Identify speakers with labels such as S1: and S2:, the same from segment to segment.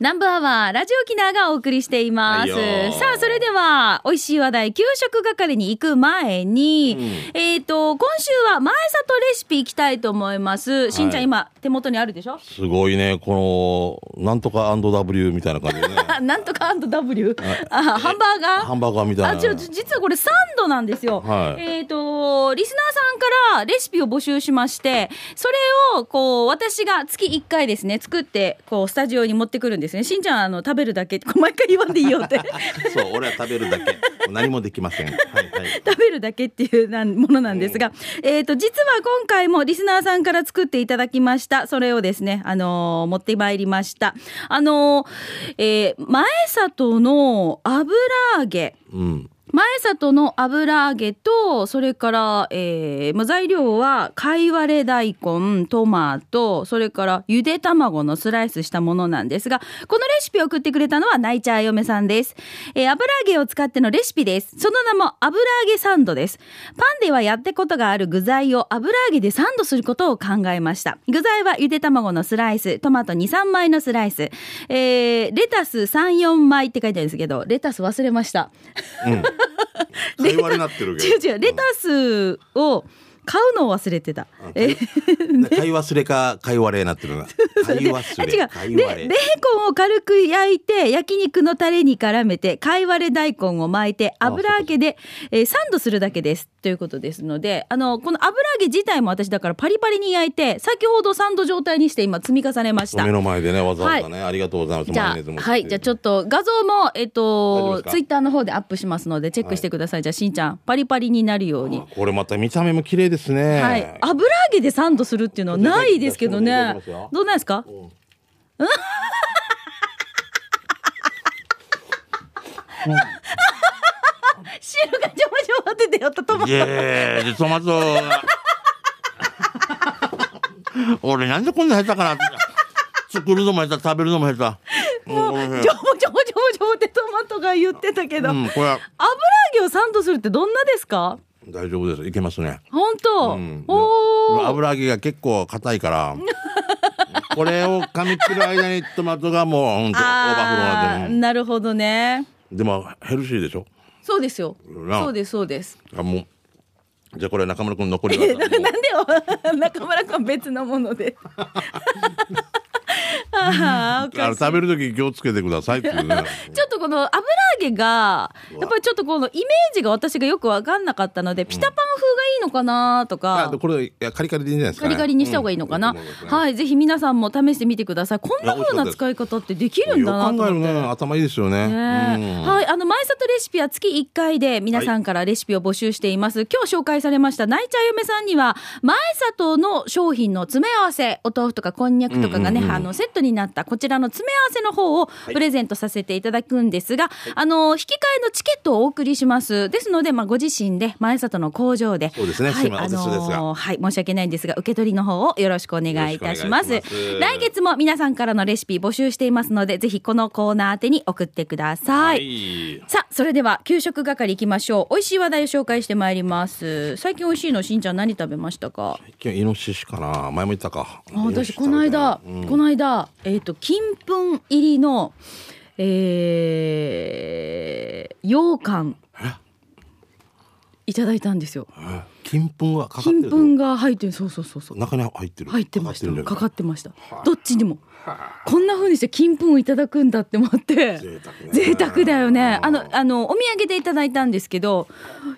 S1: 南部アワーラジオキナーがお送りしています。
S2: はいよ
S1: さあ、それでは、美味しい話題、給食係に行く前に、えっ、と、今週は前里レシピ行きたいと思います。しんちゃん、
S2: はい
S1: 今、手元にあるでしょ
S2: すごいね、この、なんとか &W みたいな感じ でね。
S1: あなんとか &W? あ、ハンバーガー
S2: ハンバーガーみた
S1: あ
S2: い
S1: ちょ
S2: な。
S1: ちょ実はこれサンドなんですよ、
S2: はい
S1: えっ、とリスナーさんからレシピを募集しましてそれをこう私が月1回ですね作ってこうスタジオに持ってくるんですねしんちゃんあの食べるだけこれ毎回言わんでいいよって
S2: そう、俺は食べるだけ。何もできません。はいはい。
S1: 食べるだけっていうなんものなんですが、えっ、と実は今回もリスナーさんから作っていただきましたそれをですねあのー持ってまいりましたあのーえー前里の油揚げ
S2: うん。
S1: 前里の油揚げとそれから、えーまあ、材料は貝割れ大根トマトそれからゆで卵のスライスしたものなんですがこのレシピを送ってくれたのは泣いちゃう嫁さんです、えー油揚げを使ってのレシピですその名も油揚げサンドですパンではやったことがある具材を油揚げでサンドすることを考えました具材はゆで卵のスライストマト23枚のスライス、えーレタス34枚って書いてあるんですけどレタス忘れました
S2: 会話になってるけど。
S1: 違う違うレタスを買うのを忘れてた。え
S2: 会話すれか、会話れになってる な。会話す
S1: あ違
S2: れ。
S1: う
S2: 会
S1: で
S2: 話れ
S1: ベー。コンを軽く焼いて焼肉のタレに絡めて貝割れ大根を巻いて
S2: あ
S1: 油揚げで、えーサンドするだけですということですのであのこの油揚げ自体も私だからパリパリに焼いて先ほどサンド状態にして今積み重ねました
S2: 目。の前でね、わざわざね、ありがとうございます。
S1: じ
S2: マヨ
S1: ゃ
S2: ネーズも
S1: あ、はい。じゃあ、ちょっと画像も、えっ
S2: 大丈夫
S1: と
S2: で、すか
S1: ツイッターの方でアップしますので、チェックしてください。じゃあ、しんちゃん、パリパリになるように
S2: あ。これまた見た目も綺麗ですね。
S1: はい、油揚げでサンドするっていうのはないですけど
S2: い
S1: ね
S2: ただきますよ。
S1: どうなん ですか。汁がちょぼちょぼって出よった トマト。
S2: イエーイでトマト 俺なんでこんな下手かなって作るのも下手食べるのも下手もう
S1: ちょぼちょぼちょぼちょぼってトマトが言ってたけど、
S2: う
S1: 油
S2: んこれは
S1: 揚げをサンドするってどんなですか。
S2: 大丈夫ですいけますね
S1: 本当。
S2: ん
S1: おお。
S2: 油揚げが結構硬いからこれを噛み切る間にトマトがもうほんとオーバーフロー
S1: あ
S2: な
S1: あ
S2: っ
S1: ー、
S2: てね
S1: なるほどね。
S2: でもヘルシーでしょ
S1: そうですよ。
S2: な
S1: そうですそうです。
S2: あもうじゃあこれ中村君残 り
S1: え
S2: は
S1: ななんでよ 中村君は別のもの で。ああ、お
S2: あ
S1: か
S2: の
S1: しい。
S2: 食べる時気をつけてくださいってい うね
S1: ちょっとこの油揚げがやっぱりちょっとこのイメージが私がよく分かんなかったのでピタパン風がいいのかなと
S2: あ
S1: か、
S2: でこれいやカリカリでいいんじゃないですか
S1: カ
S2: ね、
S1: リカリにした方がいいのかな、
S2: うんいいと思いますね
S1: はいぜひ皆さんも試してみてくださいこんな風な使い方ってできるんだなと
S2: よ
S1: 思
S2: く考
S1: っ
S2: え
S1: て
S2: るね頭いいですよね
S1: ね
S2: うん
S1: はい、あの前里レシピは月1回で皆さんからレシピを募集しています、今日紹介されました泣いちゃう嫁さんには前里の商品の詰め合わせお豆腐とかこんにゃくとかがね、あのセットになったこちらの詰め合わせの方をプレゼントさせていただくんですが、あの引き換えのチケットをお送りしますですので、まあ、ご自身で前里の工場で
S2: そうですね
S1: は
S2: す
S1: い
S2: いません
S1: あの
S2: お手数ですが
S1: はい申し訳ないんですが受け取りの方をよろしくお願いいたします
S2: よろしくお願いします
S1: 来月も皆さんからのレシピ募集していますのでぜひこのコーナー宛てに送ってください、
S2: い
S1: さあそれでは給食係行きましょう美味しい話題を紹介してまいります最近美味しいのしんちゃん何食べましたか
S2: 今日イノシシかな前も言ったか
S1: あ
S2: イノ
S1: 私
S2: シシ
S1: この間、
S2: 食べたねうん
S1: この間えっ、と金粉入りのえー、羊羹いただいたんですよ
S2: え金粉がかかって
S1: 金
S2: る
S1: 粉が入ってるそうそうそうそう
S2: 中に入ってる
S1: 入ってました
S2: か
S1: か
S2: かるんだよ
S1: かってましたどっちにもこんな風にして金粉をいただくんだって思って
S2: 贅沢ね
S1: 贅沢だよね
S2: うん
S1: あのあのお土産でいただいたんですけど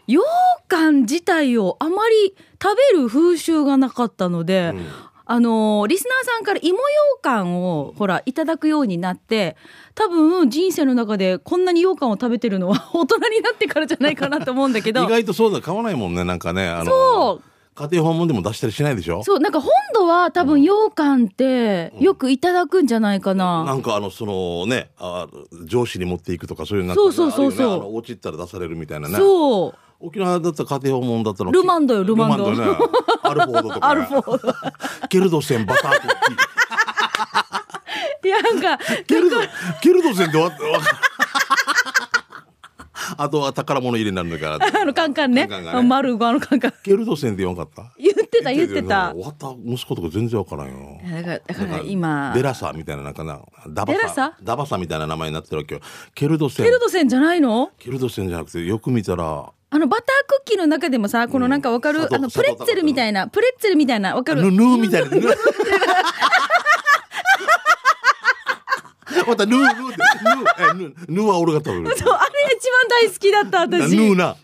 S1: 羊羹自体をあまり食べる風習がなかったので、あのリスナーさんから芋羊羹をほらいただくようになって多分人生の中でこんなに羊羹を食べてるのは大人になってからじゃないかなと思うんだけ
S2: 意
S1: ど
S2: 外とそうだ買わないもんねなんかねあの
S1: そう
S2: 家庭訪問でも出したりしないでしょ
S1: そうなんか本土は多分羊羹ってよくいただくんじゃないかな。
S2: なんかあのそのねあ上司に持っていくとかそういうなんか
S1: そうそうそうそう
S2: あるよねあの落ちたら出されるみたいなね
S1: そう。
S2: 沖縄だったら家庭訪問だったの
S1: ルマンドよルマンド
S2: ルねアルフォードとか
S1: ア
S2: ね
S1: ルフォー
S2: ケルドセンバタークッキー
S1: ド。いや、なんか、
S2: ケルド、ケルド戦でわ、わ あとは宝物入れになるのかなって。
S1: あの、カンカンね。
S2: カンカンがね
S1: 丸ごあのカンカン。
S2: ケルド戦でよかった。
S1: 言ってた言ってた
S2: 終わった息子とか全然わからんよ
S1: いやだからだから
S2: なん
S1: 今
S2: かデラサみたいななんかなダバ
S1: デラサ
S2: サダバサみたいな名前になってるわけよケルドセン
S1: ケルドセンじゃないの
S2: ケルドセンじゃなくてよく見たら
S1: あのバタークッキーの中でもさこのなんかわかる、
S2: うん砂糖
S1: あのプ
S2: 砂
S1: レ
S2: 糖
S1: ッツェルみたいなプレッツェルみたいなわかる
S2: ぬぬみたいな。ぬ またぬぬってぬえぬぬは俺が食べる。
S1: そうあれ一番大好きだった私
S2: ぬな。
S1: ヌが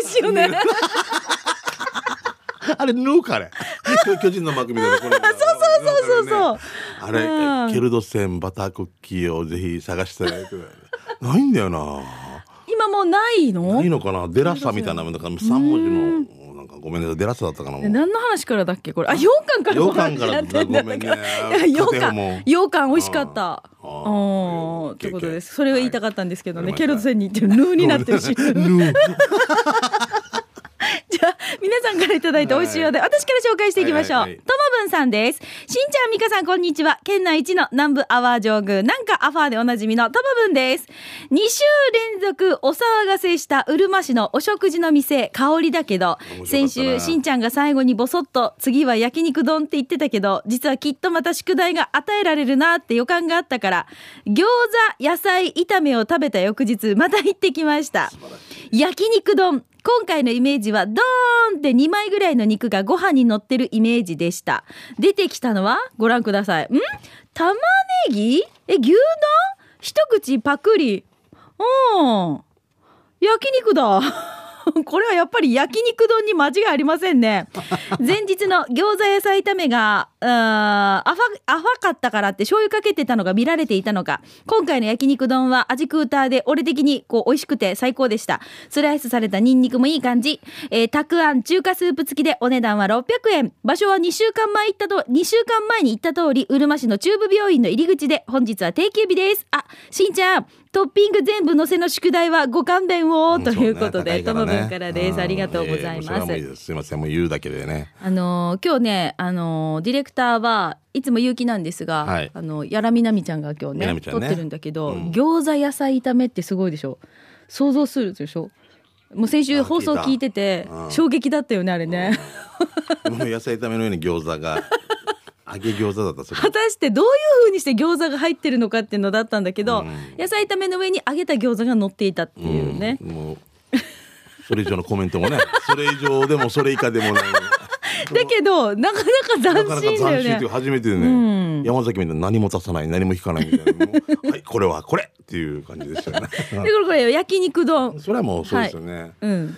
S1: 美味しいよね
S2: あれぬかれ。巨巨人の幕みたいな。そうそう
S1: そうそうそう
S2: あれ、
S1: うん
S2: ケルドセンバタークッキーをぜひ探してないと。ないんだよな。
S1: 今もうないの
S2: いいのかな。デラサみたいななんか三文字のなんかごめんなさいデラサだったかな。もう
S1: 何の話からだっけこれあ羊羹からの話
S2: 羊羹からだ
S1: になってん
S2: ごめんね
S1: だからいや 羊
S2: 家庭も
S1: 羹羊羹美味しかった
S2: あー
S1: おーということですそれが言いたかったんですけどね、
S2: はい
S1: ケロドセンに行ってるヌーになってるしじゃ
S2: ぬ。
S1: あ皆さんからいただいて美味しい話題、私から紹介していきましょう、
S2: はいはいはい
S1: ともぶんさんですしんちゃんみかさんこんにちは県内一の南部アワー上宮なんかアファーでおなじみのともぶんです2週連続お騒がせしたうるま市のお食事の店香りだけど
S2: 面白かったな
S1: 先週しんちゃんが最後にボソッと次は焼肉丼って言ってたけど実はきっとまた宿題が与えられるなって予感があったから餃子野菜炒めを食べた翌日また行ってきました焼肉丼今回のイメージはドーンって2枚ぐらいの肉がご飯に乗ってるイメージでした出てきたのはご覧くださいん玉ねぎえ牛丼一口パクリうん焼肉だこれはやっぱり焼肉丼に間違いありませんね前日の餃子野菜炒めがうーんアファアファかったからって醤油かけてたのが見られていたのか今回の焼肉丼は味クーターで俺的にこう美味しくて最高でしたスライスされたニンニクもいい感じ、えー、たくあん中華スープ付きでお値段は600円場所は2週間前行ったと2週間前に行った通りうるま市の中部病院の入り口で本日は定休日ですあしんちゃんトッピング全部のせの宿題はご勘弁をということで、ともぶんからです。ありがとうございます。
S2: す。すみません、もう言うだけで ね。
S1: あのー今日ね、あのーディレクターはいつも勇気なんですが、
S2: はい
S1: あのやらみなみちゃんが今日
S2: みな
S1: ね
S2: みちゃん
S1: 撮
S2: ね
S1: ってるんだけど、
S2: うん
S1: 餃子野菜炒めってすごいでしょ。想像するでしょ。もう先週
S2: あ
S1: 放送
S2: 聞いた
S1: 聞いてて
S2: うん
S1: 衝撃だったよねあれね。
S2: もう野菜炒めのように餃子が揚げ餃子だったそれ
S1: 果たしてどういう風にして餃子が入ってるのかっていうのだったんだけど、
S2: うん
S1: 野菜炒めの上に揚げた餃子が乗っていたっていうね。
S2: うんもうそれ以上のコメント もねそれ以上でもそれ以下でもない
S1: だけどなかな
S2: な
S1: か
S2: かなか
S1: 斬
S2: 斬
S1: 新だよ
S2: 新
S1: ね
S2: っていう。初めてでね、
S1: うん
S2: 山崎みたいに何も足さない何も引かないみたいなもうはいこれはこれっていう感じでした よ
S1: で
S2: ね
S1: これこれ焼肉丼。
S2: それはもうそうですよね、
S1: うん。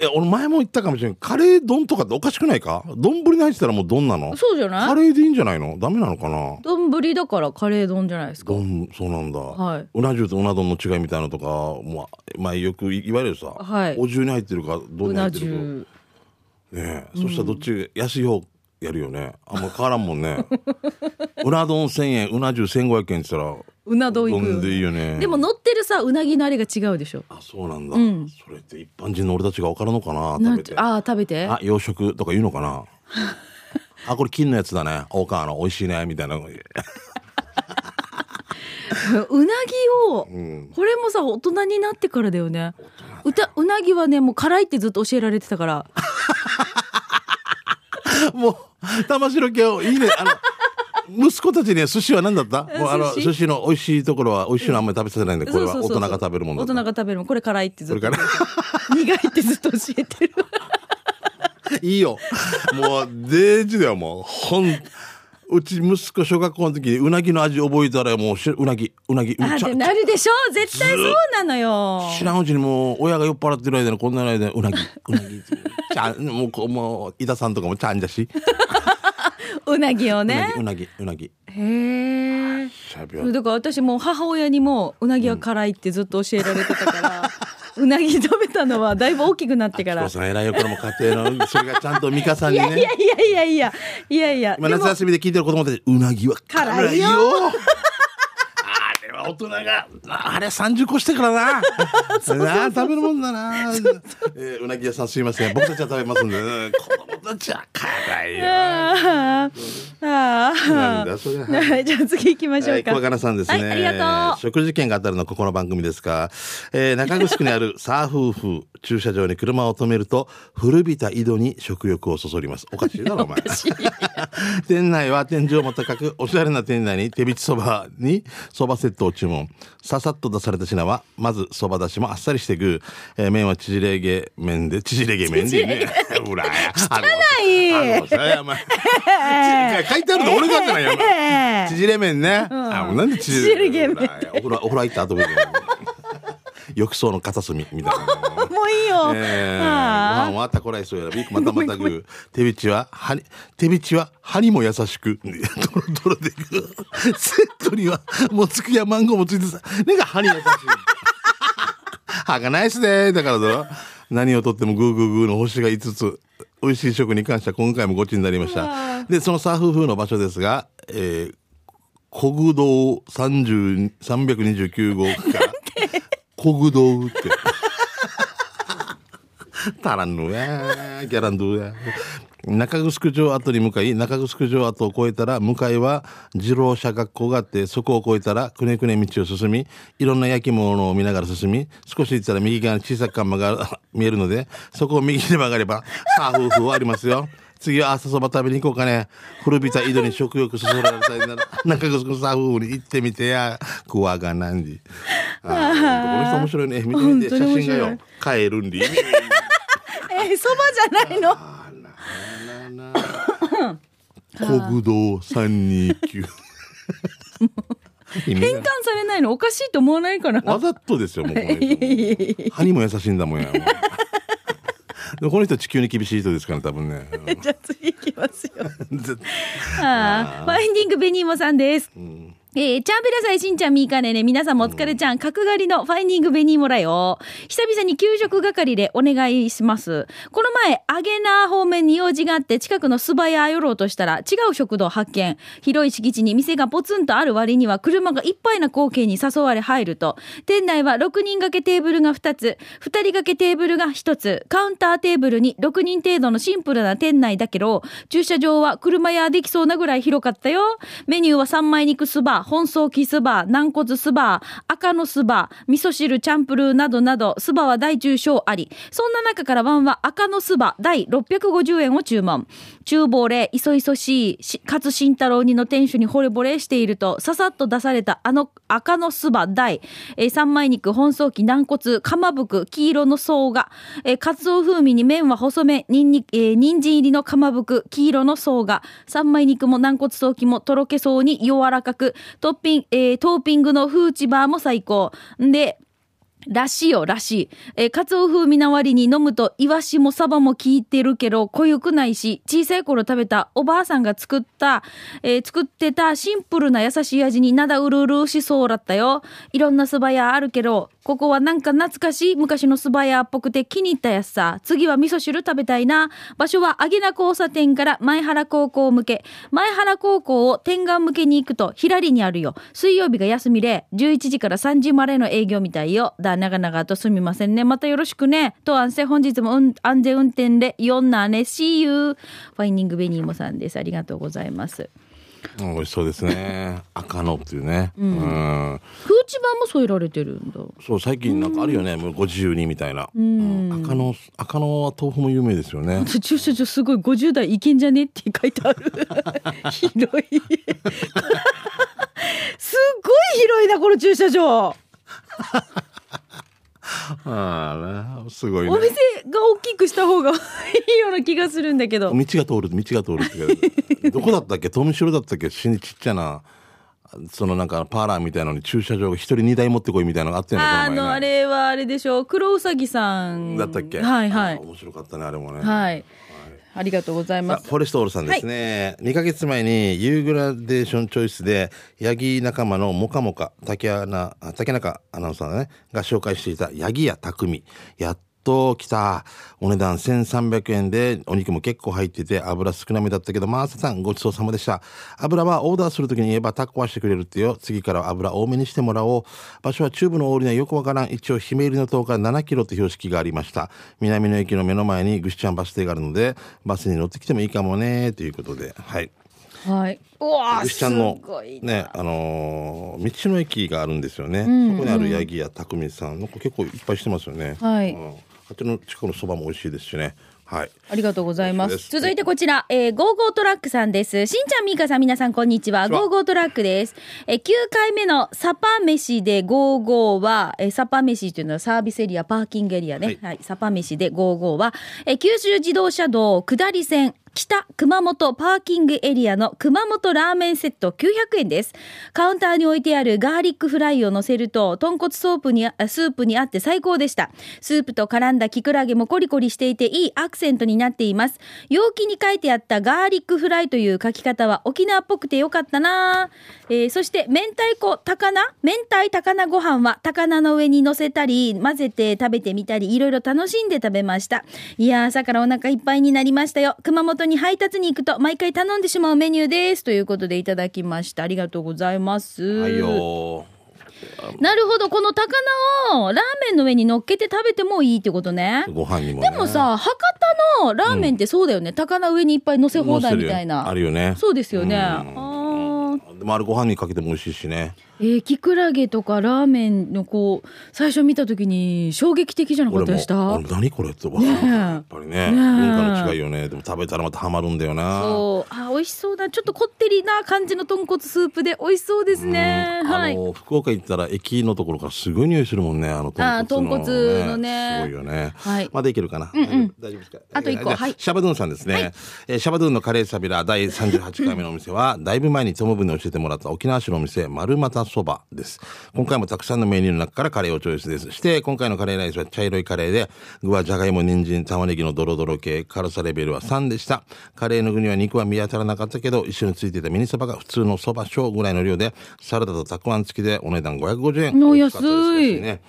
S2: え俺前も言ったかもしれないカレー丼とかっておかしくないか丼に入ってたらもう丼なの
S1: そうじゃな
S2: カ
S1: い？
S2: レーでいいんじゃないのダメなのかな
S1: 丼ぶりだからカレー丼じゃないですか。
S2: 丼そうなんだ、
S1: はいう
S2: な重とうな丼の違いみたいなのとかもう、まあ、よく言われるさ、
S1: はい
S2: お重に入ってるかどう
S1: う
S2: に入
S1: な
S2: ってる
S1: 重。
S2: かねえ、そしたらどっちが安い方やるよねあんま変わらんもんね うな丼1000円うな重1500円って言ったら
S1: うな丼いくよ
S2: 丼でいいよね
S1: でも乗ってるさうなぎのあれが違うでしょ。
S2: あそうなんだ、
S1: うん
S2: それって一般人の俺たちが分からんのか
S1: な
S2: な食
S1: ん
S2: べて
S1: て
S2: あ
S1: ああ食べて。
S2: 洋食とか言うのかなあこれ金のやつだね大川の美味しいねみたいな
S1: うなぎを
S2: ん
S1: これもさ大人になってからだよね。うたうなぎはねもう辛いってずっと教えられてたから。
S2: もう玉城家をいいねあの息子たちには寿司は何だったもうあの
S1: 寿司
S2: 寿司の美味しいところは美味しいのあんまり食べさせないんでこれは
S1: そう
S2: 大
S1: そうそう
S2: 人
S1: そう
S2: が食べるもの
S1: 大人
S2: だ
S1: が食べるもんこれ辛いってずっと
S2: これ
S1: 苦いってずっと教えて る
S2: いいよもうデージだよもうほんうち息子小学校の時にうなぎの味覚えたらもうしうなぎうなぎ
S1: あっ
S2: ちゃ
S1: てなるでしょ絶対そうなのよ
S2: 知らんうちにもう親が酔っ払ってる間にこんな間にうなぎうなぎちゃんもうこうもう井田さんとかもちゃんじゃし
S1: うなぎを
S2: う
S1: ね
S2: なぎうなぎうなぎ
S1: へえ
S2: しゃべよ
S1: だから私もう母親にもうなぎは辛いってずっと教えられてたから、うなぎ食べたのはだいぶ大きくなってから
S2: さん偉いよこれも家庭のそれがちゃんと美香さん
S1: い
S2: に
S1: やい
S2: ね
S1: やいやいやいやいやいや
S2: 今
S1: で
S2: 夏
S1: も
S2: 休みで聞いてる子供たちうなぎは
S1: 辛いよ
S2: あれは大人があれ30個してから な なあ食べるもんだな、えーうなぎ屋さんすいません僕たちは食べますんで、うん子供とじゃ辛いよ。
S1: あーあ
S2: なん
S1: ー
S2: だそれ。は い
S1: はいじゃあ次行きましょ
S2: は
S1: う
S2: い、
S1: か。
S2: 小柄さんですね、
S1: はいありがとう
S2: 食事券が当たるのはここの番組ですか、えー、中城にある サーフ夫婦駐車場に車を止めると古びた井戸に食欲をそそりますおかしいだろお前 店内は天井も高くおしゃれな店内に手びちそばにそばセットを注文ささっと出された品はまずそばだしもあっさりしてグー、えー、麺は縮れ毛麺で縮れ毛麺でね うらや汚
S1: い
S2: あのさや ま書いてあるの俺だったらやばい
S1: ええ
S2: 縮れ麺ね。あ、もうなんで縮れ麺。
S1: 縮れ
S2: お風呂、お風呂入った後みたい な。浴槽の片隅みたいな。
S1: もういいよ。
S2: えー、ご
S1: あ
S2: 飯はタコライスを選び、またまたグー。手びちは、歯に、手びちは歯にも優しく、ドロドロでグー。セットには、もつくやマンゴーもついてさ、なんか歯に優しい。歯がないっすね。だからだ何をとってもグーグーグーの星が5つ。美味しい食に関しては今回もごちになりました。で、そのサーフ風の場所ですが、えー、国道30 329号区から国道って 足らんのやギャランドゥや中城城跡に向かい中城城跡を越えたら向かいは二郎社学校があってそこを越えたらくねくね道を進みいろんな焼き物を見ながら進み少し行ったら右側に小さく看板が見えるのでそこを右に曲がればサーフーフはありますよ次は朝そば食べに行こうかね。古びた井戸に食欲そそられたいなら、中城さん夫婦に行ってみてや。クワガナンディ。あーこの人面白いね。見てみ
S1: 本
S2: て、写
S1: 当に面白い
S2: 真がよ。帰るんで。
S1: えそばじゃないの。
S2: 国道三二九。意味
S1: 変換
S2: が
S1: されないのおかしいと思わないから。
S2: わざとですよ、もうこの人。歯にも優しいんだもんや。もうでこの人地球に厳しい人ですから、多分 ね。
S1: じゃあ次行きますよ。
S2: 絶
S1: ああファインディングベニーモさんです。えー、チャンピラさん、しんちゃん、みーかねね、皆さんもお疲れちゃん、角刈りのファインディングベニーモらよ。久々に給食係でお願いします。この前、アゲナ方面に用事があって、近くの素早寄ろうとしたら、違う食堂を発見。広い敷地に店がポツンとある割には、車がいっぱいな光景に誘われ入ると、店内は6人掛けテーブルが2つ、2人掛けテーブルが1つ、カウンターテーブルに6人程度のシンプルな店内だけど、駐車場は車やできそうなぐらい広かったよ。メニューは三枚肉スバー、本草木スバー、軟骨スバー、赤のスバー、味噌汁、チャンプルーなどなど、スバは大中小あり。そんな中からワンは赤のスバ第650円を注文。厨房で、いそいそしい、し勝慎太郎にの店主に惚れ惚れしていると、ささっと出されたあの赤のスバ大、えー三枚肉、本草木、軟骨、かまぶく、黄色の層が、えー、かつお風味に麺は細め、にんに、えー、人参入りのかまぶく、黄色の層が、三枚肉も軟骨早期もとろけそうに柔らかく、トッピン、えートーピングのフーチバーも最高。んで、らしいよ、らしい。えー、カツオ風味な割に飲むと、イワシもサバも効いてるけど、濃ゆくないし、小さい頃食べたおばあさんが作った、えー作ってたシンプルな優しい味になだうるうるしそうだったよ。いろんなそば屋あるけど、ここはなんか懐かしい昔のそば屋っぽくて気に入ったやつさ。次は味噌汁食べたいな。場所は、あげな交差点から前原高校向け。前原高校を天眼向けに行くと、左にあるよ。水曜日が休みで、11時から3時までの営業みたいよ。だ、長々とすみませんね。またよろしくね。と、安静、本日もうん安全運転で、よんなね、See you。ファインディングベニーモさんです。ありがとうございます。
S2: うん美味しそうですね。赤のっていうね。うん。
S1: フーチバーも添えられてるんだ。
S2: そう、最近なんかあるよね。もうご自由にみたいな。うん赤の、赤のは豆腐も有名ですよね。
S1: 駐車場すごい50代いけんじゃねって書いてある 広い すっごい広いなこの駐車場
S2: ああ、すごい
S1: お店
S2: ね。
S1: が大きくした方が いいような気がするんだけど
S2: 道が通る、道が通るって。どこだったっけ、富城だったっけ、死にちっちゃな。そのなんかパーラーみたいなのに駐車場が一人二台持ってこいみたいなのがあってんのか
S1: ああのあ。れはあれでしょう黒うさぎさん
S2: だったっけ。
S1: はいは
S2: あー
S1: い
S2: 面白かったね、あれもね。
S1: はいありがとうござい
S2: あ
S1: ます
S2: フォレストオールさんですね、2ヶ月前にユーグラデーションチョイスでヤギ仲間のモカモカ竹穴あ竹中アナウンサー、ね、が紹介していたヤギや匠やっときた。お値段1300円で、お肉も結構入ってて、油少なめだったけど、マーサさんごちそうさまでした。油はオーダーするときに言えばタコはしてくれるってよ。次からは油多めにしてもらおう。場所は中部のオールにはよくわからん。一応、姫入りの塔から7キロって標識がありました。南の駅の目の前にぐしちゃんバス停があるので、バスに乗ってきてもいいかもね、ということで。はい。
S1: はいうわー
S2: 牛ちゃんのねあのー道の駅があるんですよね、そこにあるヤギや匠さんなんか結構いっぱいしてますよね
S1: はい
S2: うん、あっちの近くのそばも美味しいですしねはい
S1: ありがとうございま。
S2: そうですす
S1: 続いてこちら、えー、ゴーゴートラックさんです。しんちゃん、みーかさん、皆さん、こんにちは。
S2: こん
S1: ゴ
S2: にちは
S1: ーゴートラックです。えー、9回目のサパ飯でゴーゴーは、えー、サパ飯というのはサービスエリア、パーキングエリアね。は
S2: はいい、
S1: サパ飯でゴーゴーは、えー、九州自動車道下り線、北熊本パーキングエリアの熊本ラーメンセット900円です。カウンターに置いてあるガーリックフライを乗せると、豚骨ソープにあ、スープにあって最高でした。スープと絡んだキクラゲもコリコリしていていいアクセントになっています。容器に書いてあったガーリックフライという書き方は沖縄っぽくてよかったなぁ、えーそして、明太子高菜明太高菜ご飯は高菜の上に乗せたり、混ぜて食べてみたり、いろいろ楽しんで食べました。いやー、朝からお腹いっぱいになりましたよ。熊本に配達に行くと毎回頼んでしまうメニューです。ということでいただきました。ありがとうございます。
S2: はいよ
S1: なるほど。この高菜をラーメンの上に乗っけて食べてもいいってことね。
S2: ーご飯にも、ね、
S1: でもさ、博多のラーメンってそうだよね。高菜上にいっぱい乗せ放題みたいな。
S2: あるよね
S1: そうですよね。
S2: うん
S1: あー
S2: でもあれご飯にかけても美味しいしね
S1: えー、キクラゲとかラーメンのこう、最初見たときに衝撃的じゃなかっ
S2: 俺
S1: たで
S2: も
S1: した
S2: 俺何これってわ
S1: ねえ
S2: やっぱりね
S1: ねえ
S2: 文化の違いよねでも食べたらまたハマるんだよな
S1: そう。あ、美味しそうだ。ちょっとこってりな感じの豚骨スープで美味しそうですね。
S2: うん
S1: は
S2: あ
S1: い。
S2: の福岡行ったら駅のところからすごい匂いするもんねあの
S1: あー
S2: 豚骨
S1: 豚
S2: の、
S1: 骨のね
S2: すごいよね、
S1: はい
S2: まだいけるかな、大丈夫ですか
S1: あと一個
S2: じゃ
S1: はい
S2: シャバドゥンさんですね、えーシャバドゥンのカレーサビラ第38回目のお店はだいぶ前に友分に教えてもらった沖縄市のお店丸又そばです今回もたくさんのメニューの中からカレーをチョイスですして今回のカレーライスは茶色いカレーで具はじゃがいも人参玉ねぎのドロドロ系辛さレベルは3でしたカレーの具には肉は見当たらなかったけど一緒についていたミニそばが普通のそば小ぐらいの量でサラダとたくあん付きでお値段550円
S1: お
S2: 美味しかったです
S1: 安い
S2: ね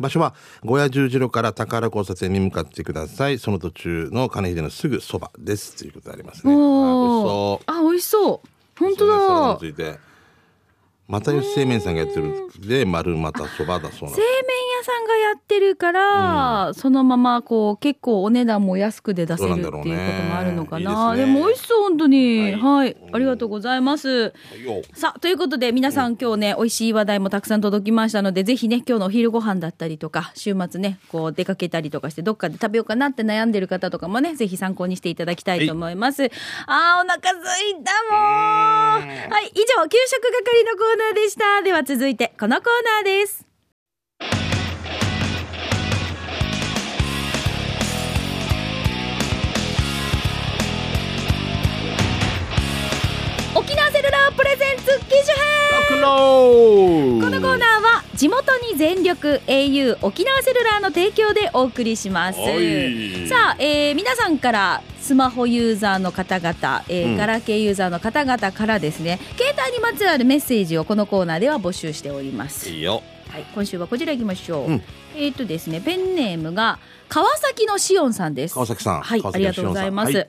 S2: 場所は小屋十字路から宝交差点に向かってくださいその途中の金秀のすぐそばですということでありますね
S1: おーあ、美味しそう。本当だ。
S2: 本当だまたよし製麺さんがやってるで丸またそばだそうなん
S1: 製
S2: です
S1: 麺屋さんがやってるから、そのままこう結構お値段も安くで出せるっていうこともあるのか
S2: どう
S1: な
S2: なんだろうねいいですね
S1: も美味しそう本当にはい、ありがとうございます
S2: はいよ
S1: さあということで皆さん今日ね美味しい話題もたくさん届きましたのでぜひね今日のお昼ご飯だったりとか週末ねこう出かけたりとかしてどっかで食べようかなって悩んでる方とかもねぜひ参考にしていただきたいと思います、あーお腹すいたもんはい以上給食係のコーナーでしたでは続いてこのコーナーです沖縄セルラープレゼンツ機種編このコーナーは地元に全力 au 沖縄セルラーの提供でお送りします
S2: はい
S1: さあ、えー皆さんからスマホユーザーの方々、えー
S2: うん
S1: ガラケーユーザーの方々からですね携帯にまつわるメッセージをこのコーナーでは募集しております、
S2: いいよ
S1: はい、今週はこちらいきましょう、
S2: うん
S1: えっ、とですねペンネームが川崎のしおんさんです
S2: 川崎さん
S1: はい、
S2: 川
S1: あ
S2: 崎
S1: り
S2: の
S1: がとうございます。
S2: しおんさ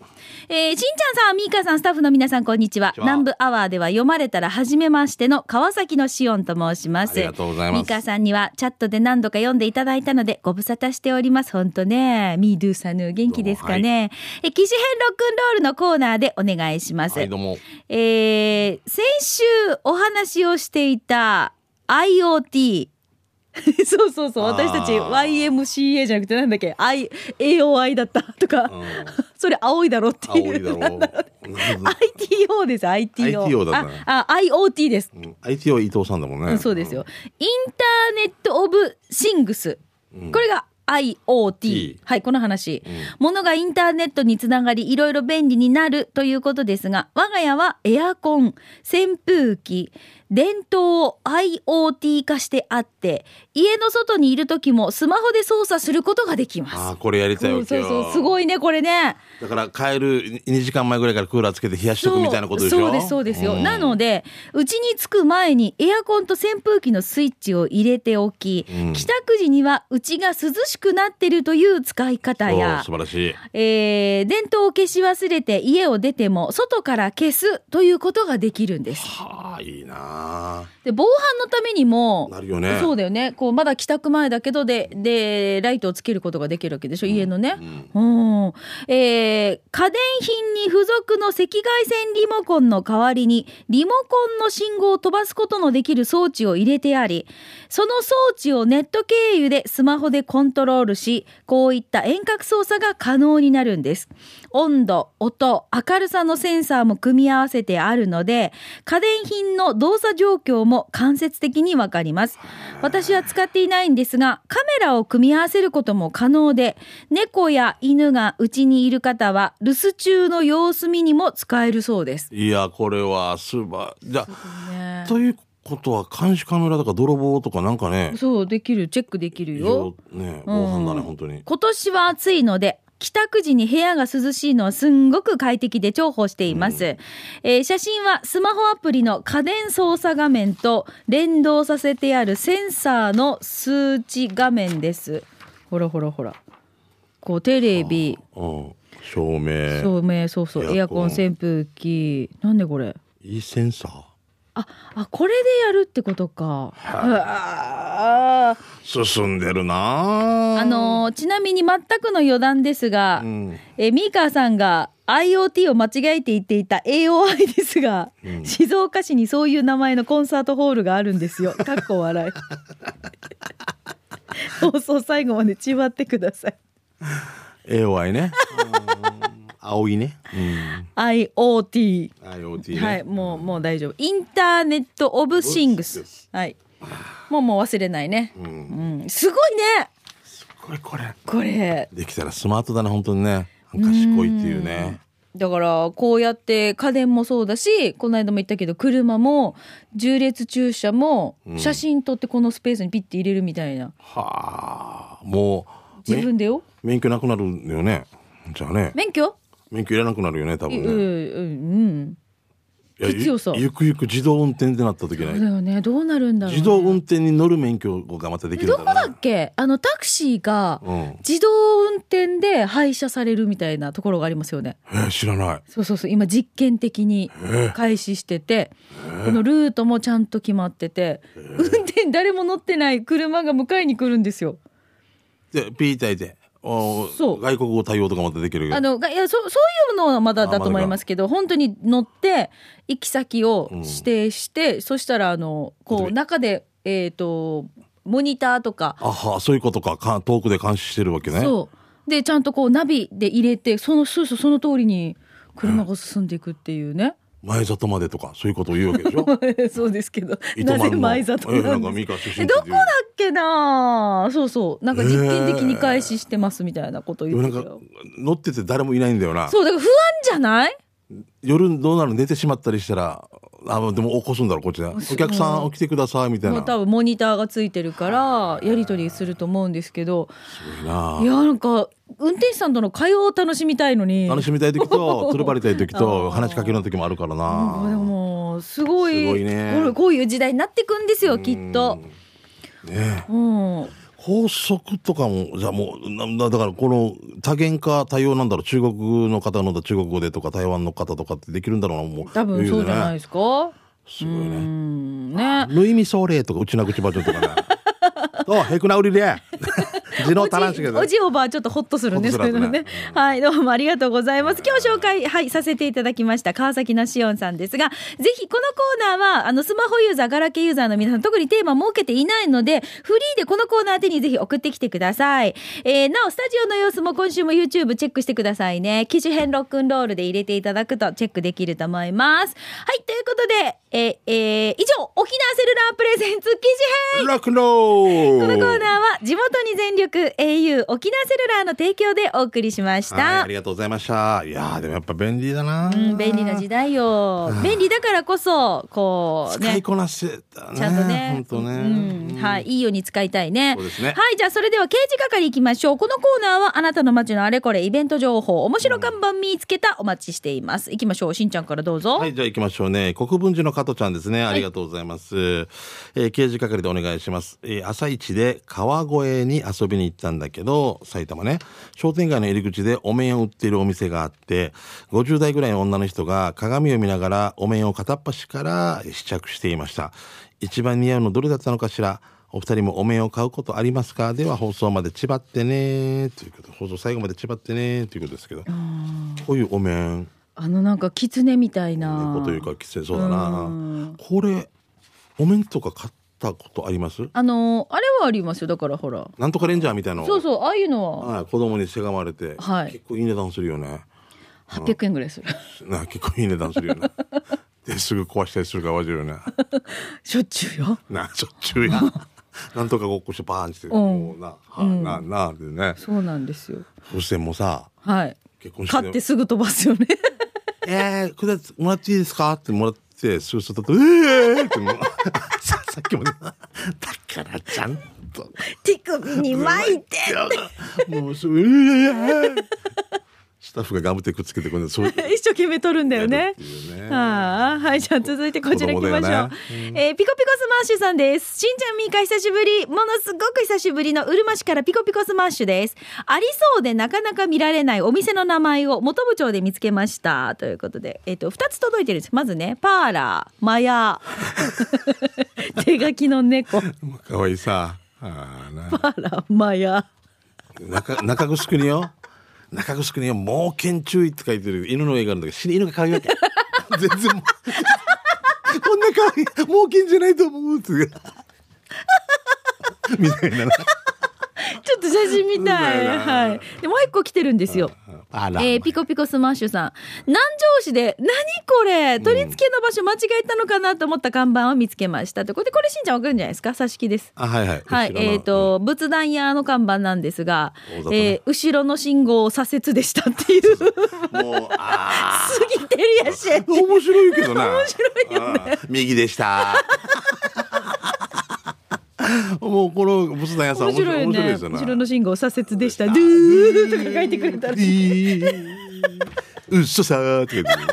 S1: えーしんちゃんさん、みーかさん、スタッフの皆さん、こんにちは。
S2: こんにちは
S1: 南部アワーでは読まれたら、初めましての川崎のしおんと申します。
S2: ありがとうございます
S1: みーかさんには、チャットで何度か読んでいただいたので、ご無沙汰しております。ほんとね。みーどゥさぬ、元気ですかね。え、機種編ロックンロールのコーナーでお願いします。
S2: はいどうも
S1: えー先週お話をしていた IoT そうそうそう
S2: あー
S1: 私たち YMCA じゃなくてなんだっけ、I、AOI だったとか、
S2: うん
S1: それ青いだろって
S2: 青
S1: い
S2: いうだろ う
S1: なんだろう ITO です ITO,
S2: ITO だね
S1: ああ IoT です、
S2: うん IT は伊藤さんだもん
S1: う
S2: ね
S1: んそうですよインターネット・オブ・シングス
S2: うん
S1: これが IoT、
S2: T
S1: はいこの話、
S2: うん
S1: ものがインターネットにつながりいろいろ便利になるということですが我が家はエアコン扇風機伝統を IoT 化してあって家の外にいる時もスマホで操作することができ
S2: あ
S1: ま
S2: あこれやり
S1: す。
S2: たい
S1: うん
S2: わけ
S1: そう
S2: よ、
S1: そうすごいねこれね。
S2: だから帰る2時間前ぐらいからクーラーつけて冷やしとくみたいなことでしょ
S1: そうそうですそうですよ、
S2: ん
S1: なのでうちに着く前にエアコンと扇風機のスイッチを入れておき、
S2: うん
S1: 帰宅時にはうちが涼しくなってるという使い方
S2: お
S1: や
S2: ー素晴らしい
S1: えー電灯を消し忘れて家を出ても外から消すということができるんです。
S2: はあいいなあ
S1: で防犯のためにも
S2: なるよね
S1: そうだよねこうまだ帰宅前だけどででライトをつけることができるわけでしょ家のね。
S2: うん
S1: うんえー家電品に付属の赤外線リモコンの代わりにリモコンの信号を飛ばすことのできる装置を入れてありその装置をネット経由でスマホでコントロールしこういった遠隔操作が可能になるんです温度音明るさのセンサーも組み合わせてあるので家電品の動作状況も間接的にわかります私は使っていないんですがカメラを組み合わせることも可能で猫や犬がうちにいる方は留守中の様子見にも使えるそうです。
S2: いやこれはスーパーじゃあということは監視カメラとか泥棒とかなんかね
S1: そうできるチェックできる
S2: 非
S1: よ
S2: 常。ね防犯だね、本当に
S1: 今年は暑いので帰宅時に部屋が涼しいのはすんごく快適で重宝しています、えー写真はスマホアプリの家電操作画面と連動させてあるセンサーの数値画面ですほらほらほらこうテレビ
S2: うん照明
S1: 照明そうそうエ
S2: エ
S1: ア
S2: ア
S1: コ
S2: コ
S1: ン
S2: ン
S1: 扇風機なんでこれ
S2: いいセンサー
S1: ああこれでやるってことか、はあ
S2: 進んでるなあ
S1: あのーちなみに全くの余談ですが、
S2: うん
S1: えミーカーさんが IoT を間違えて言っていた AOI ですが、
S2: うん
S1: 静岡市にそういう名前のコンサートホールがあるんですよ。かっこ笑い。放送最後までちばってください。
S2: AOI ねうん青いね、
S1: IoT。
S2: うん、IoT ね、
S1: はい、もうもう大丈夫。インターネットオブシング
S2: オブシ
S1: ス。はい。もうもう忘れないね。うん、すごいね。
S2: これこれ
S1: これ。
S2: できたらスマートだね本当にね賢いっていうね
S1: だからこうやって家電もそうだしこの間も言ったけど車も縦列駐車も
S2: うん
S1: 写真撮ってこのスペースにピッて入れるみたいな
S2: はあもう
S1: 自
S2: め
S1: 分でよ
S2: 免許なくなるよねじゃあね
S1: 免許
S2: 免許いらなくなるよね多
S1: いう
S2: 分ね
S1: ん
S2: いやゆ
S1: 必要そう
S2: ゆくゆく自動運転ってなった時
S1: うんそう
S2: ね
S1: だよねどうなるんだろうね
S2: 自動運転に乗る免許がまたできる
S1: ど
S2: ん
S1: こ
S2: だ
S1: だ
S2: な
S1: っけあのタクシーが
S2: うんえ
S1: 自動運転で廃車されるみたいなところがありますよね
S2: ー知らない
S1: そうそうそう今実験的に開始してて、このルートもちゃんと決まってて、運転誰も乗ってない車が迎えに来るんですよ。
S2: でピータイでおー
S1: そう
S2: 外国語対応とかまたできるよ
S1: あのがいやそそういうのはまだ
S2: あ
S1: だ
S2: ま
S1: と
S2: だ
S1: 思いますけど本当に乗って行き先を
S2: うん
S1: 指定して、そしたらあのこう
S2: で
S1: 中で、えー、とモニターとか、
S2: あはそういうことかか遠くで監視してるわけね
S1: そうでちゃんとこうナビで入れてそのそうそうその通りに車が進んでいくっていうね、
S2: 前里までとかそういうことを言うわけでしょ
S1: そうですけど
S2: 糸
S1: な
S2: 満の
S1: ぜ前里なん
S2: え
S1: で
S2: な
S1: す
S2: ん
S1: か
S2: か三河出身って
S1: え
S2: いう
S1: どこだっけなあそうそうなんか実験的に開始してますみたいなこと
S2: で
S1: 言
S2: も
S1: っ
S2: な
S1: て
S2: ん
S1: た
S2: か
S1: よ、
S2: 乗ってて誰もいないんだよな
S1: そうだから不安じゃない
S2: 夜どうなる寝てしまったりしたらあでも起こすんだろこっちでお客さん起きてくださいみたい
S1: も
S2: な
S1: う多分モニターがついてるからやり取りすると思うんですけど
S2: すごいない
S1: やなんか運転手さんとの会話を楽しみたいのに
S2: 楽しみたい 時とつるばりたい時
S1: あ
S2: と
S1: ー
S2: 話しかけの時もあるから
S1: なんかで
S2: な
S1: もすごい
S2: すごいね
S1: これこういう時代になっていくんですよきっと。
S2: うんねえ
S1: うん、
S2: 法則とかもじゃあもうなんだだからこの多元化多様なんだろう中国の方の中国語でとか台湾の方とかってできるんだろうなもう
S1: 多分そうじゃない
S2: い
S1: ですか。
S2: すごいうね
S1: んね。
S2: ルイミソーレとかうちな口バージョ ンとかねおヘクナウリで地のたらんしけど
S1: おじおじおばあちょっとホッとするんですけど
S2: ホッとす
S1: ね
S2: るやつ
S1: はいどうもありがとうございます今日紹介はいさせていただきました川崎のしおんさんですがぜひこのコーナーはあのスマホユーザーガラケーユーザーの皆さん特にテーマ設けていないのでフリーでこのコーナー宛てにぜひ送ってきてください、えーなおスタジオの様子も今週も YouTube チェックしてくださいね機種編ロックンロールで入れていただくとチェックできると思いますはいということでえーえー以上、沖縄セルラープレゼンツ記事編
S2: ロックンロー
S1: このコーナー
S2: ー
S1: は地元に全力 au 沖縄セルラーの提供でお送りしまし
S2: はい、
S1: た
S2: あ。りがとうございましたいやーでもやっぱ便利だな、
S1: うん、便利な時代よ。便利だからこそ、こう
S2: 使
S1: ね
S2: い。こなしてたね
S1: ちゃんとね。
S2: 本当ね、
S1: うんはい。いいように使いたいね。
S2: そうですね
S1: はい。じゃあ、それでは刑事係行きましょう。このコーナーは、あなたの街のあれこれ、イベント情報、面白看板見つけた、お待ちしています。行きましょう。しんちゃんからどうぞ。
S2: はい、じゃあ行きましょうね。国分寺の加藤ちゃんですね。ありがとうございます。えー刑事係でお願いします。えー朝一で川越に遊びに行ったんだけど、埼玉ね、商店街の入り口でお面を売っているお店があって、50代ぐらいの女の人が鏡を見ながらお面を片っ端から試着していました。一番似合うのどれだったのかしらお二人もお面を買うことありますかでは放送までちばってねということ放送最後までちばってねということですけどこういうお面
S1: あの、なんか、狐みたいな。
S2: 猫というかきついそうだ
S1: う
S2: なんこれお面とか買ったことあります
S1: あの、あれはありますよ。だから、ほら。
S2: なんとかレンジャーみたいなの
S1: そうそう、ああいうのは、
S2: はい、子供にせがまれて、
S1: はい
S2: 結構いい値段するよね
S1: 800円ぐらいする。
S2: な結構いい値段する よねですぐ壊したりするからわじるよね
S1: しょっちゅうよ。
S2: なしょっちゅうやなんとかごっこしてバーンして、
S1: ん
S2: もうな、はななでね
S1: そうなんですよ。
S2: 風船もさ
S1: はい。
S2: 結婚式
S1: 買っ
S2: で
S1: てすぐ飛ばすよ ね。
S2: えー、これもらっていいですか?」ってもらってすぐ外と「ええー!」ってもう ささっきもね「だからちゃんと
S1: 手首に巻いて。
S2: もうすぐ「えー!」スタッフがガムテくっつけてこんでそう
S1: 一生懸命取るんだよね
S2: やるっていう。ね
S1: はあ、はい、じゃあ続いてこちら行きまし
S2: 子供だ
S1: ょ
S2: よ
S1: う
S2: ね。
S1: えーピコピコスマッシュさんです。しんちゃんみーか久しぶり。ものすごく久しぶりのうるま市からピコピコスマッシュです。ありそうでなかなか見られないお店の名前を元部長で見つけました。ということで、えっ、と、二つ届いてるんです。まずね、パーラー、マ ヤー手書きの猫、
S2: かわいいさあーな
S1: パーラー、マヤー
S2: 中中城によ中城によ「猛犬注意」って書いてる犬の絵があるんだけど死に犬が可愛いわけ 全然もうこんな可愛い猛犬じゃないと思うって みたいなな
S1: ちょっと写真みたい。
S2: うん
S1: はい。で、もう一個来てるんですよ。
S2: あら
S1: えーピコピコスマッシュさん南城市で何これ取り付けの場所間違えたのかなと思った看板を見つけましたということでこれしんちゃんわかるんじゃないですか挿し木です
S2: あはいはい
S1: はい
S2: 後ろの
S1: えっ、と仏壇屋の看板なんですが、
S2: 大雑把な
S1: えー後ろの信号を左折でしたって いう過
S2: もうあ
S1: ぎてるやし
S2: ー面白いけどな面白いよね右でしたもうこの仏壇屋さん
S1: 面白
S2: 面白
S1: い
S2: い
S1: よ
S2: 面白い
S1: ね
S2: ですよな
S1: 後ろの信号を左折 でしたドゥーとか書いてくれたら
S2: うっそさーって言って
S1: 怒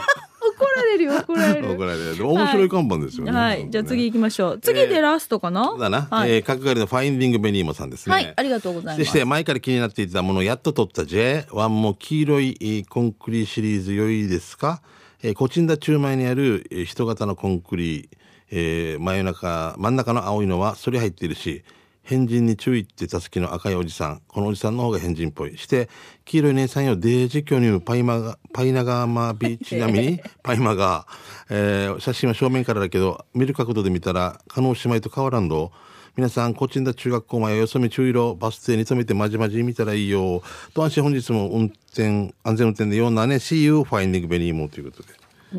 S1: られるよ怒られ
S2: る
S1: る
S2: 怒られるでも面白い看板ですよね、
S1: はいじゃあ次行きましょう次でラストかな、
S2: そうだな、
S1: はい、
S2: えー角刈りのファインディングベニーモさんですね
S1: はいありがとうございます
S2: そして前から気になっていたものをやっと取った J1 も黄色いえーコンクリシリーズ良いですか、えー、コチンダ中前にあるえー人型のコンクリ、えー、真夜中真ん中の青いのはそれ入っているし変人に注意ってたすきの赤いおじさんこのおじさんの方が変人っぽいして黄色い姉さんよデージ巨乳パイマガパイナガーマ ビーチ並みにパイマガー、えー写真は正面からだけど見る角度で見たら加納姉妹と変わらんど皆さん、こちんだ中学校前をよそ見注意路、バス停に止めてまじまじ見たらいいよ。と安心本日も運転、安全運転でようなね、See you, finding Benny Mo ということで。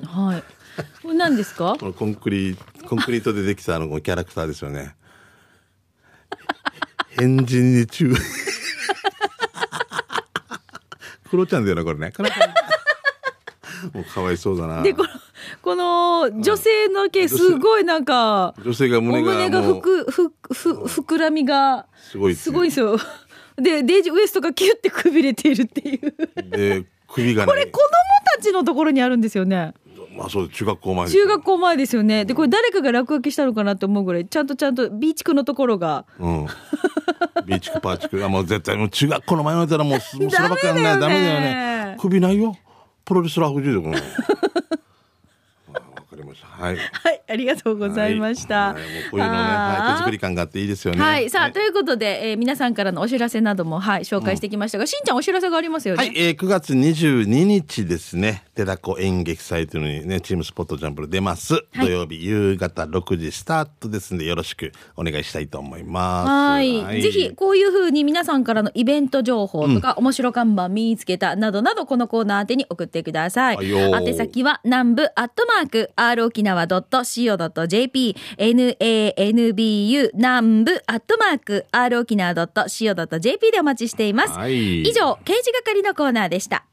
S1: はいこれ何ですか
S2: このコンクリ、コンクリート でできたあのこのキャラクターですよね。 変人に注意。 クロちゃんだよな、これね。 クロちゃんもうかわいそうだな。
S1: でこのこの女性の毛すごいなんか
S2: 女性が
S1: お
S2: 胸が
S1: 胸が
S2: も
S1: ふ
S2: う
S1: くふふ膨らみが
S2: すごいっ
S1: す
S2: すね
S1: ごいですよ。でデージウエストがキュってくびれているっていうこれ
S2: で、首がね。
S1: 子供たちのところにあるんですよね
S2: まあそう、中学校前です
S1: 中学校前ですよねでこれ誰かが落書きしたのかなと思うぐらいちゃんとちゃんと B 地区のところが
S2: うん。ビーチクパーチク。あ、もう絶対、もう中学校の前のやったらもうす、もうそればっかりなん
S1: ダ
S2: だダ
S1: メ
S2: メ
S1: だ
S2: だ
S1: よね
S2: よね。首ないよ。プロレスラー不自 由でこの。わかりました。はい。
S1: はいありがとうございました。
S2: はいはいもうこういうのね、
S1: あー
S2: はい、手作り感があっていいですよね。
S1: はい、さあ、ということで、えー皆さんからのお知らせなども、はい、紹介してきましたが、しんちゃんお知らせがありますよね。
S2: はい、えー、9月22日ですね、寺子演劇祭というのにね、チームスポットジャンプで出ます。土曜日夕方6時スタートですんで、よろしくお願いしたいと思います。
S1: はいぜひこういうふうに皆さんからのイベント情報とか、面白看板見つけたなどなどこのコーナー宛てに送ってください。
S2: はいよー
S1: 宛先は南部アットマーク r o 沖縄 .co.jp、nanbu 南部アットマーク、r 沖縄 .co.jp でお待ちしています。
S2: はい
S1: 以上、刑事係のコーナーでした。